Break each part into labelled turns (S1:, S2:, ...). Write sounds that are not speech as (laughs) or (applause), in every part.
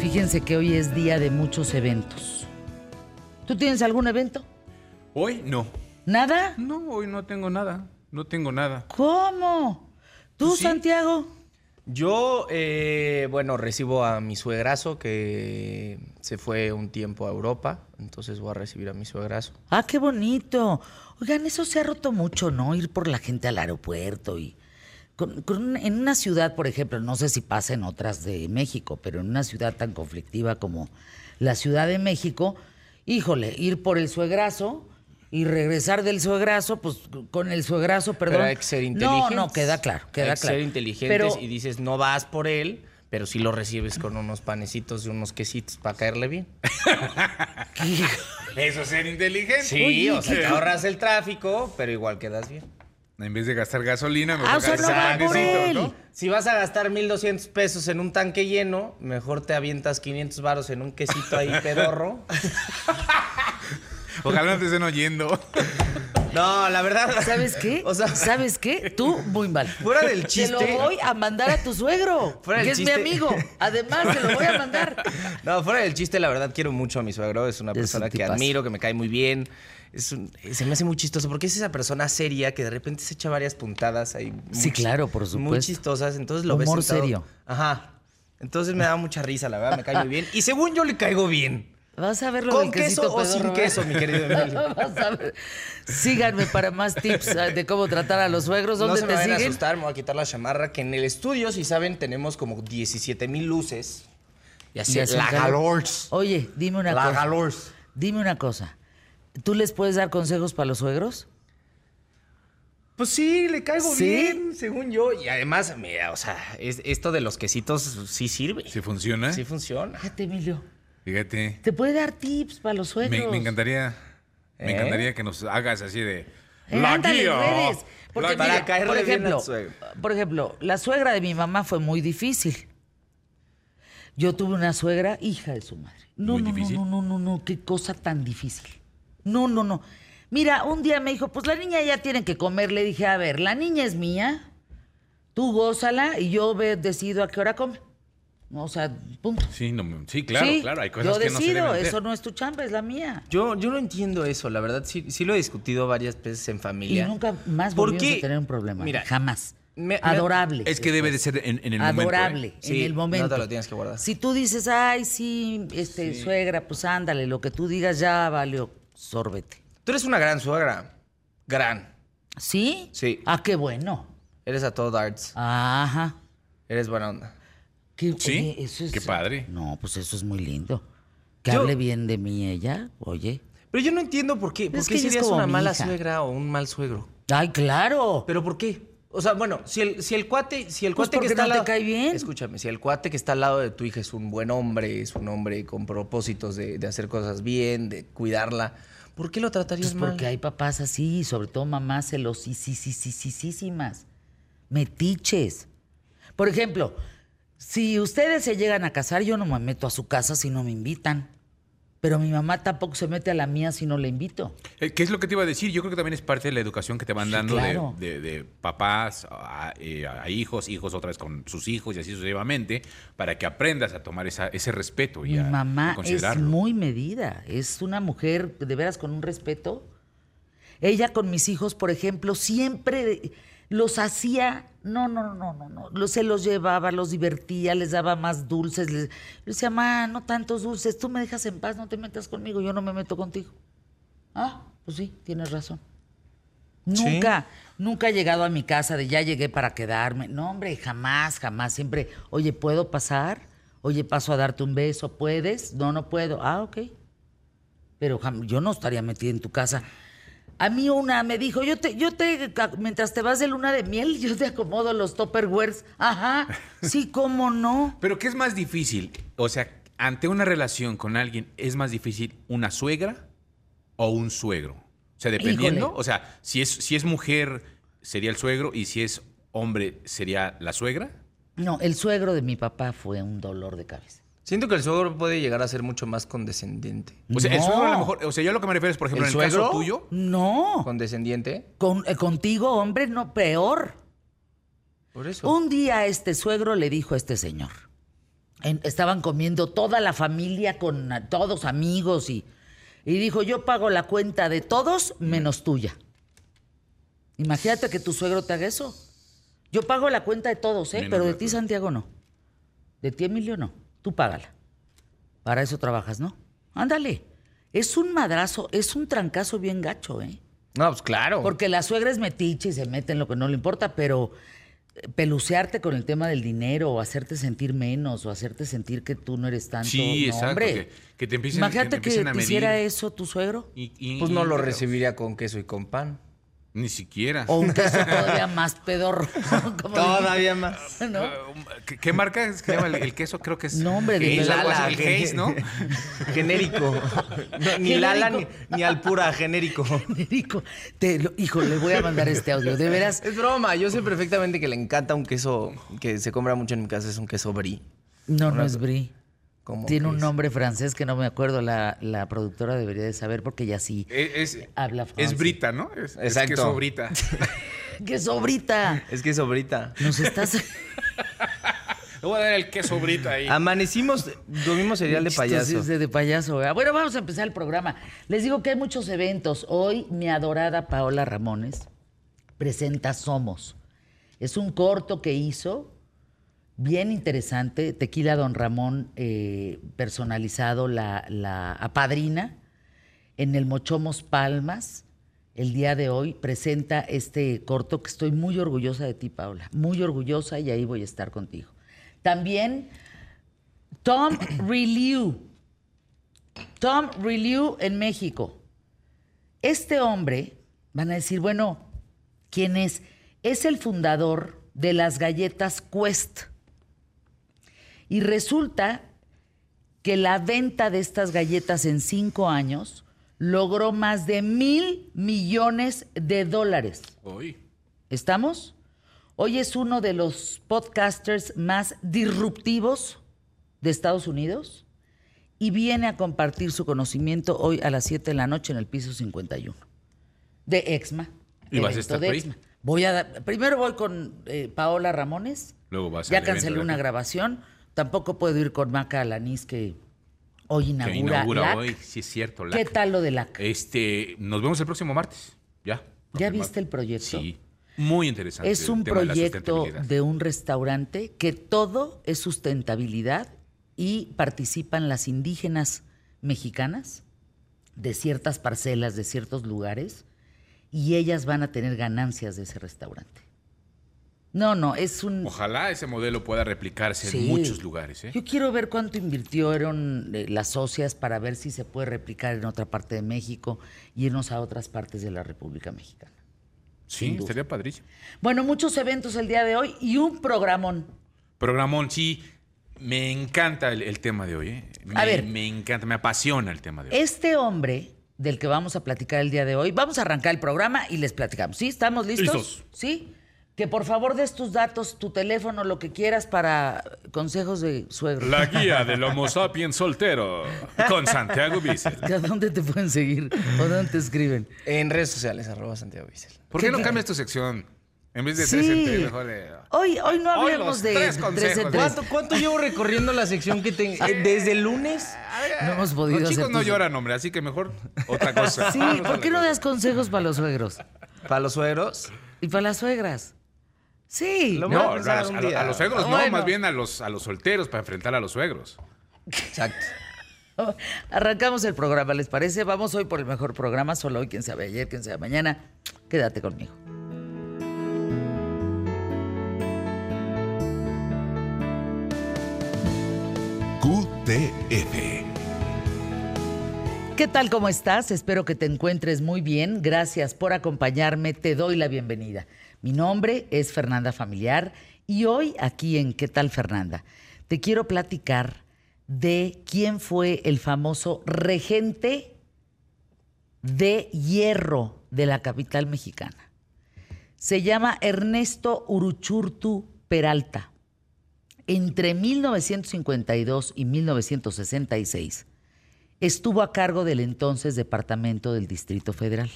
S1: Fíjense que hoy es día de muchos eventos. ¿Tú tienes algún evento?
S2: Hoy no.
S1: ¿Nada?
S2: No, hoy no tengo nada. No tengo nada.
S1: ¿Cómo? ¿Tú,
S3: Sí.
S1: Santiago?
S3: Yo, eh, bueno, recibo a mi suegrazo que se fue un tiempo a Europa, entonces voy a recibir a mi suegrazo.
S1: Ah, qué bonito. Oigan, eso se ha roto mucho, ¿no? Ir por la gente al aeropuerto y... con- con una- en una ciudad, por ejemplo, no sé si pasa en otras de México, pero en una ciudad tan conflictiva como la Ciudad de México, híjole, ir por el suegrazo y regresar del suegrazo, pues con el suegrazo, perdón.
S3: Pero hay que ser
S1: No,
S3: inteligentes.
S1: no, queda claro, queda
S3: Hay que
S1: claro.
S3: ser inteligentes
S1: (laughs) Pero-
S3: y dices, no vas por él, pero sí lo recibes con unos panecitos y unos quesitos para caerle
S1: (laughs)
S3: bien.
S2: Eso es ser inteligente.
S3: Sí, o sea, te ahorras el tráfico, pero igual quedas bien.
S2: En vez de gastar gasolina, me
S1: Ah, o sea, no va por él.
S3: Si vas a gastar 1.200 pesos en un tanque lleno, mejor te avientas 500 varos en un
S1: (laughs)
S3: quesito ahí pedorro.
S2: Ojalá no te
S1: (laughs)
S2: estén oyendo.
S3: No, la verdad.
S1: ¿Sabes qué?
S3: O sea,
S1: ¿Sabes qué? Tú, muy mal.
S3: fuera del chiste.
S1: Te lo voy a mandar a tu suegro,
S3: Fuera del
S1: que es mi
S3: chiste.
S1: amigo. Además, te lo voy a mandar.
S3: (laughs) No, fuera del chiste, la verdad quiero mucho a mi suegro. Es una
S1: Es un
S3: persona que
S1: tipazo.
S3: admiro, que me cae muy bien. Es un- se me hace muy chistoso porque es esa persona seria que de repente se echa varias puntadas ahí. muy
S1: Sí,
S3: chis-
S1: claro, por
S3: Muy
S1: supuesto.
S3: chistosas. Entonces lo
S1: Humor
S3: ves sentado-
S1: serio.
S3: Ajá. Entonces me da mucha risa, la verdad, me cae muy bien. Y según yo le caigo bien.
S1: Vas a ver lo
S3: ¿Con
S1: del quesito
S3: queso o sin
S1: pedorro,
S3: queso, mi
S1: ¿verdad?
S3: querido
S1: (laughs)
S3: Emilio?
S1: Vas a ver. Síganme para más tips eh, de cómo tratar a los suegros.
S3: No
S1: ¿Dónde
S3: se me
S1: te
S3: vayan a
S1: siguen?
S3: asustar, me voy a quitar la chamarra, que en el estudio, si saben, tenemos como 17 mil luces. Y así,
S1: Y hace un
S3: la
S1: calor.
S3: galors.
S1: Oye, dime una
S3: La
S1: cosa.
S3: galors.
S1: Dime una cosa. ¿Tú les puedes dar consejos para los suegros?
S3: Pues sí, le caigo
S1: ¿Sí?
S3: bien, según yo. Y además, mira, o sea, es- esto de los quesitos sí sirve.
S2: Si funciona.
S3: Sí funciona.
S1: Fíjate, Emilio.
S2: Fíjate.
S1: Te puede dar tips para los
S2: Me,
S1: suegros.
S2: me encantaría. Me
S3: ¿Eh?
S2: encantaría que nos hagas así de.
S1: Eh,
S2: la
S1: ándale,
S2: guía.
S1: redes. Porque
S2: la
S3: para
S1: mira,
S3: caerle
S1: por
S3: bien
S1: ejemplo,
S3: al suegro.
S1: por ejemplo, la suegra de mi mamá fue muy difícil. Yo tuve una suegra hija de su madre. No,
S2: ¿Muy
S1: no, no,
S2: difícil?
S1: no, no, no, no, qué cosa tan difícil. No, no, no. Mira, un día me dijo, pues la niña ya tiene que comer. Le dije, a ver, la niña es mía, tú gózala y yo ve- decido a qué hora come. O sea, punto.
S2: Sí, no me- sí, claro,
S1: Sí,
S2: claro. Hay cosas
S1: yo
S2: que
S1: decido,
S2: no se deben hacer.
S1: eso no es tu chamba, es la mía.
S3: Yo, yo no entiendo eso, la verdad, sí, sí lo he discutido varias veces en familia.
S1: Y nunca más
S3: ¿Por
S1: volvimos a
S3: qué?
S1: tener un problema.
S3: Mira,
S1: jamás.
S3: me- me-
S1: Adorable.
S2: Es que debe de ser en, en el
S1: adorable
S2: momento. ¿eh?
S1: en
S3: Sí,
S1: el
S3: no
S1: momento.
S3: te lo tienes que guardar.
S1: Si tú dices, ay, sí, este, suegra, pues ándale, lo que tú digas ya valió, sorbete.
S3: Tú eres una gran suegra. Gran.
S1: ¿Sí?
S3: Sí.
S1: Ah, qué bueno.
S3: Eres a todo darts.
S1: Ajá.
S3: Eres buena onda.
S1: Qué,
S2: Sí, qué padre.
S1: No, pues eso es muy lindo. Que
S3: Yo-
S1: hable bien de mí ella, oye.
S3: Pero yo no entiendo por qué. ¿Por
S1: Es
S3: qué
S1: que ella es
S3: serías
S1: como
S3: una
S1: mi
S3: mala
S1: hija.
S3: suegra o un mal suegro?
S1: Ay, claro.
S3: ¿Pero por qué? O sea, bueno, si el, si el cuate, si el
S1: Pues
S3: cuate
S1: porque
S3: que está
S1: no
S3: al
S1: te
S3: lado,
S1: cae bien.
S3: Escúchame, si el cuate que está al lado de tu hija es un buen hombre, es un hombre con propósitos de, de hacer cosas bien, de cuidarla, ¿por qué lo tratarías
S1: Pues
S3: mal?
S1: porque hay papás así, sobre todo mamás celosísimas, metiches. Por ejemplo, si ustedes se llegan a casar, yo no me meto a su casa si no me invitan. Pero mi mamá tampoco se mete a la mía si no le invito.
S2: Eh, ¿Qué es lo que te iba a decir? Yo creo que también es parte de la educación que te van
S1: Sí,
S2: dando de-
S1: claro.
S2: de, de papás a, eh, a hijos, hijos otra vez con sus hijos y así sucesivamente, para que aprendas a tomar esa- ese respeto y
S1: Mi
S2: a, a
S1: mamá es
S2: considerarlo.
S1: muy medida, es una mujer de veras con un respeto. Ella con mis hijos, por ejemplo, siempre los hacía, no, no, no, no, no, los, se los llevaba, los divertía, les daba más dulces. Les, yo decía, mamá, no tantos dulces, tú me dejas en paz, no te metas conmigo, yo no me meto contigo. Ah, pues sí, tienes razón.
S3: Sí.
S1: Nunca, nunca he llegado a mi casa de ya llegué para quedarme. No, hombre, jamás, jamás. Siempre, oye, ¿puedo pasar? Oye, paso a darte un beso, ¿puedes? No, no puedo. Ah, ok. Pero jam- yo no estaría metida en tu casa. A mí una me dijo, yo te, yo te, ca- mientras te vas de luna de miel, (laughs) yo te acomodo los topperwares. Ajá, sí, cómo no.
S2: Pero ¿qué es más difícil? O sea, ante una relación con alguien, ¿es más difícil una suegra o un suegro? O sea, dependiendo,
S1: Híjole.
S2: o sea, si es, si es mujer sería el suegro y si es hombre sería la suegra.
S1: No, el suegro de mi papá fue un dolor de cabeza.
S3: Siento que el suegro puede llegar a ser mucho más condescendiente.
S2: O sea, el
S1: No.
S2: suegro a lo mejor, o sea, yo lo que me refiero es, por ejemplo,
S3: ¿El
S2: en el caso
S3: suegro?
S2: tuyo,
S1: No,
S3: ¿Condescendiente?
S1: con- eh, contigo, hombre, no, peor.
S3: Por eso. Pues
S1: Un día este suegro le dijo a este señor, en- estaban comiendo toda la familia con a- todos amigos y, y dijo, yo pago la cuenta de todos menos tuya. Imagínate que tu suegro te haga eso. Yo pago la cuenta de todos, ¿eh?
S2: Menos
S1: pero de
S2: la
S1: ti,
S2: tuya.
S1: Santiago, no. De ti, Emilio, no. Tú págala. Para eso trabajas, ¿no? Ándale. Es un madrazo, es un trancazo bien gacho, ¿eh?
S3: No, pues
S2: Oh.
S3: claro.
S1: Porque la suegra es metiche y se mete en lo que no le importa, pero eh, pelucearte con el tema del dinero o hacerte sentir menos o hacerte sentir que tú no eres tanto.
S2: Sí,
S1: no,
S2: exacto,
S1: Hombre.
S2: que- que te empiecen-
S1: Imagínate
S2: que te empiecen
S1: que
S2: a
S1: te hiciera
S2: medir.
S1: eso tu suegro.
S2: Y- y-
S3: pues no
S2: y-
S3: lo
S2: pero-
S3: recibiría con queso y con pan.
S2: Ni siquiera.
S1: O un
S2: (laughs)
S1: queso todavía más pedorro. (laughs) como
S3: Todavía más.
S1: dicen, ¿no?
S2: ¿Qué, qué marca es que lleva el, el queso? Creo que es.
S1: No, hombre, de
S2: Hayes, algo
S1: Lala,
S2: así, el
S3: que-
S2: Hayes, ¿no?
S3: (laughs) Genérico.
S2: (laughs)
S3: No, ni Lala ni,
S1: Genérico.
S3: ni Alpura, genérico.
S1: Genérico. Te lo- hijo, le voy a mandar este audio. De veras,
S3: Es broma, yo sé perfectamente que le encanta un queso que se compra mucho en mi casa, es un queso brie.
S1: no, no es Brie.
S3: Como
S1: Tiene
S3: que
S1: un
S3: es-
S1: nombre francés que no me acuerdo. La, la productora debería de saber porque ya sí.
S2: E, Es, es-
S1: Habla
S2: es
S1: francés.
S2: brita, ¿no? Es, es
S3: Exacto.
S1: (laughs)
S2: queso brita.
S1: ¡Qué sobrita!
S3: Es queso brita.
S1: Nos estás...
S2: Le voy a dar el queso brita ahí.
S1: Ah,
S3: Amanecimos, comimos cereal de
S1: Chistoso,
S3: payaso.
S1: es de, de payaso. ¿verdad? Bueno, vamos a empezar el programa. Les digo que hay muchos eventos. Hoy mi adorada Paola Ramones presenta Somos. Es un corto que hizo, bien interesante. Tequila Don Ramón eh, personalizado la, la apadrina en el Mochomos Palmas. El día de hoy presenta este corto que estoy muy orgullosa de ti, Paola. Muy orgullosa y ahí voy a estar contigo. También Tom Reliu. Tom Reliu en México. Este hombre, van a decir, bueno, ¿quién es? Es el fundador de las galletas Quest. Y resulta que la venta de estas galletas en cinco años logró más de mil millones de dólares.
S2: Uy.
S1: ¿Estamos? Hoy es uno de los podcasters más disruptivos de Estados Unidos y viene a compartir su conocimiento hoy a las 7 de la noche en el piso 51 de Exma.
S2: ¿Y vas a
S1: evento
S2: estar
S1: de
S2: tú ahí?
S1: Exma. Voy a dar- primero voy con eh, Paola Ramones.
S2: Luego vas
S1: Ya
S2: al evento
S1: cancelé
S2: de
S1: una
S2: acá.
S1: grabación. Tampoco puedo ir con Maca Alanis que hoy
S2: Que
S1: inaugura,
S2: inaugura
S1: LAC.
S2: hoy. Sí, es cierto.
S1: ¿Qué
S2: LAC.
S1: tal lo de LAC?
S2: Este, nos vemos el próximo martes. Ya.
S1: ¿Ya
S2: Próximo
S1: viste el proyecto?
S2: Sí. Muy interesante.
S1: Es
S2: el
S1: un
S2: tema de la
S1: proyecto
S2: sustentabilidad.
S1: de un restaurante que todo es sustentabilidad y participan las indígenas mexicanas de ciertas parcelas, de ciertos lugares, y ellas van a tener ganancias de ese restaurante. No, no, es un...
S2: Ojalá ese modelo pueda replicarse
S1: Sí.
S2: en muchos lugares. ¿eh?
S1: Yo quiero ver cuánto invirtieron eh, las socias para ver si se puede replicar en otra parte de México y irnos a otras partes de la República Mexicana.
S2: Sí, estaría padrísimo.
S1: Bueno, muchos eventos el día de hoy y un programón.
S2: Programón, sí. Me encanta el, el tema de hoy. ¿eh? Me,
S1: A ver.
S2: Me encanta, me apasiona el tema de hoy.
S1: Este hombre del que vamos a platicar el día de hoy, vamos a arrancar el programa y les platicamos. ¿Sí? ¿Estamos listos?
S2: Listos.
S1: ¿Sí? Que por favor des tus datos, tu teléfono, lo que quieras para consejos de suegro.
S2: La guía del Homo sapiens soltero con Santiago Bissell.
S1: ¿A dónde te pueden seguir? ¿O dónde te escriben?
S3: En redes sociales, arroba Santiago Bissell.
S2: ¿Por qué no cambias tu sección? En vez de tres en tres,
S1: Sí.
S2: mejor de-
S1: Hoy, hoy no
S2: Hoy
S1: hablemos
S2: los
S1: de
S2: tres consejos.
S1: en tres.
S2: ¿Cuánto-
S3: ¿Cuánto, llevo recorriendo la sección que tengo? ¿Desde el lunes?
S1: No hemos podido
S2: Los chicos
S1: hacer
S2: no
S1: tus-
S2: lloran, hombre, así que mejor otra cosa.
S1: Sí,
S2: Vamos a
S1: ¿por
S2: (laughs) la
S1: qué no
S2: cosa.
S1: das consejos para los suegros?
S3: Para los suegros.
S1: Y para las suegras. Sí.
S3: Lo- Voy a
S2: No,
S3: pensar
S2: a, los-
S3: un
S2: a los-
S3: día.
S2: a los suegros no,
S3: Bueno.
S2: más bien a los, a los solteros para enfrentar a
S1: (laughs)
S2: los suegros.
S3: Exacto.
S1: Arrancamos el programa, ¿les parece? Vamos hoy por el mejor programa, solo hoy, quien sabe ayer, quien sabe mañana. Quédate conmigo.
S4: QTF.
S1: ¿Qué tal? ¿Cómo estás? Espero que te encuentres muy bien. Gracias por acompañarme. Te doy la bienvenida. Mi nombre es Fernanda Familiar y hoy aquí en ¿Qué tal Fernanda? Te quiero platicar de quién fue el famoso regente de hierro de la capital mexicana. Se llama Ernesto Uruchurtu Peralta. Entre 1952 y 1966 estuvo a cargo del entonces Departamento del Distrito Federal.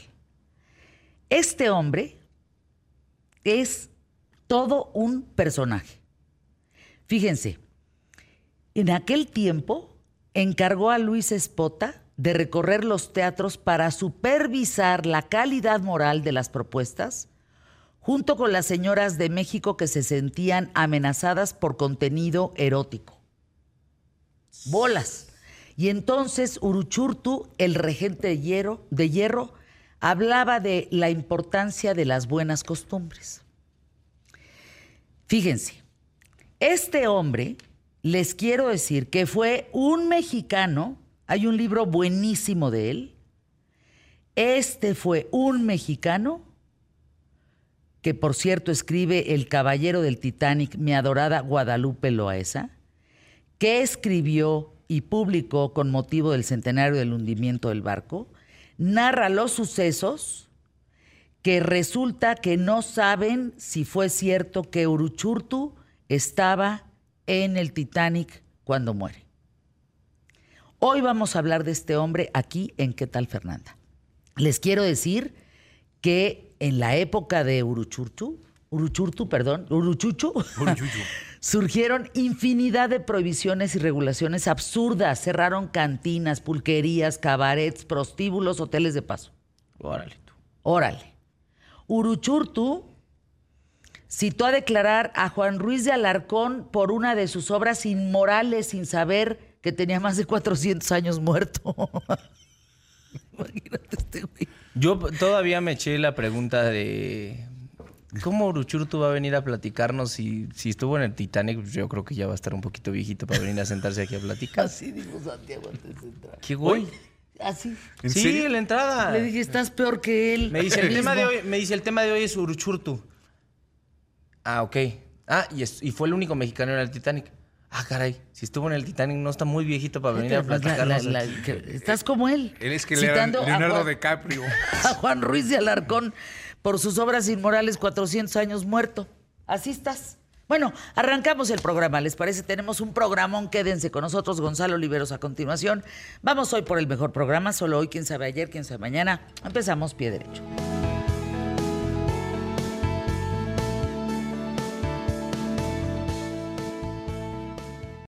S1: Este hombre es todo un personaje. Fíjense, en aquel tiempo encargó a Luis Espota de recorrer los teatros para supervisar la calidad moral de las propuestas, junto con las señoras de México que se sentían amenazadas por contenido erótico. Bolas. Y entonces Uruchurtu, el regente de hierro, de hierro, hablaba de la importancia de las buenas costumbres. Fíjense, este hombre, les quiero decir que fue un mexicano, hay un libro buenísimo de él, este fue un mexicano que por cierto escribe El Caballero del Titanic, mi adorada Guadalupe Loaesa, que escribió y publicó con motivo del centenario del hundimiento del barco, narra los sucesos que resulta que no saben si fue cierto que Uruchurtu estaba en el Titanic cuando muere. Hoy vamos a hablar de este hombre aquí en ¿Qué tal Fernanda? Les quiero decir que en la época de Uruchurtu, Uruchurtu, perdón, Uruchuchu,
S2: Uruchuchu.
S1: surgieron infinidad de prohibiciones y regulaciones absurdas. Cerraron cantinas, pulquerías, cabarets, prostíbulos, hoteles de paso.
S3: Órale tú.
S1: Órale. Uruchurtu citó a declarar a Juan Ruiz de Alarcón por una de sus obras inmorales sin saber que tenía más de 400 años muerto. (laughs) Imagínate este güey.
S3: Yo p- todavía me eché la pregunta de cómo Uruchurtu va a venir a platicarnos si, si estuvo en el Titanic. Pues Yo creo que ya va a estar un poquito viejito para venir a sentarse aquí a
S1: (laughs)
S3: platicar.
S1: Así dijo Santiago antes de entrar.
S3: ¿Qué güey?
S1: Así.
S2: ¿En
S3: Sí,
S2: serio?
S3: la entrada.
S1: Le dije, estás peor que él.
S3: Me dice, el
S1: Mismo.
S3: tema de hoy, me dice, el tema de hoy es Uruchurtu. Ah, ok. Ah, y, es- y fue el único mexicano en el Titanic. Ah, caray, si estuvo en el Titanic no está muy viejito para venir a
S1: Pero, pues, la-
S3: platicarnos.
S1: la- la- que- estás como él.
S2: Él es que
S1: Citando a
S2: Leonardo
S1: Juan-
S2: DiCaprio.
S1: a Juan Ruiz de Alarcón por sus obras inmorales 400 años muerto. Así estás. Bueno, arrancamos el programa, ¿les parece? Tenemos un programón, quédense con nosotros, Gonzalo Oliveros a continuación. Vamos hoy por el mejor programa, solo hoy, quién sabe ayer, quién sabe mañana. Empezamos pie derecho.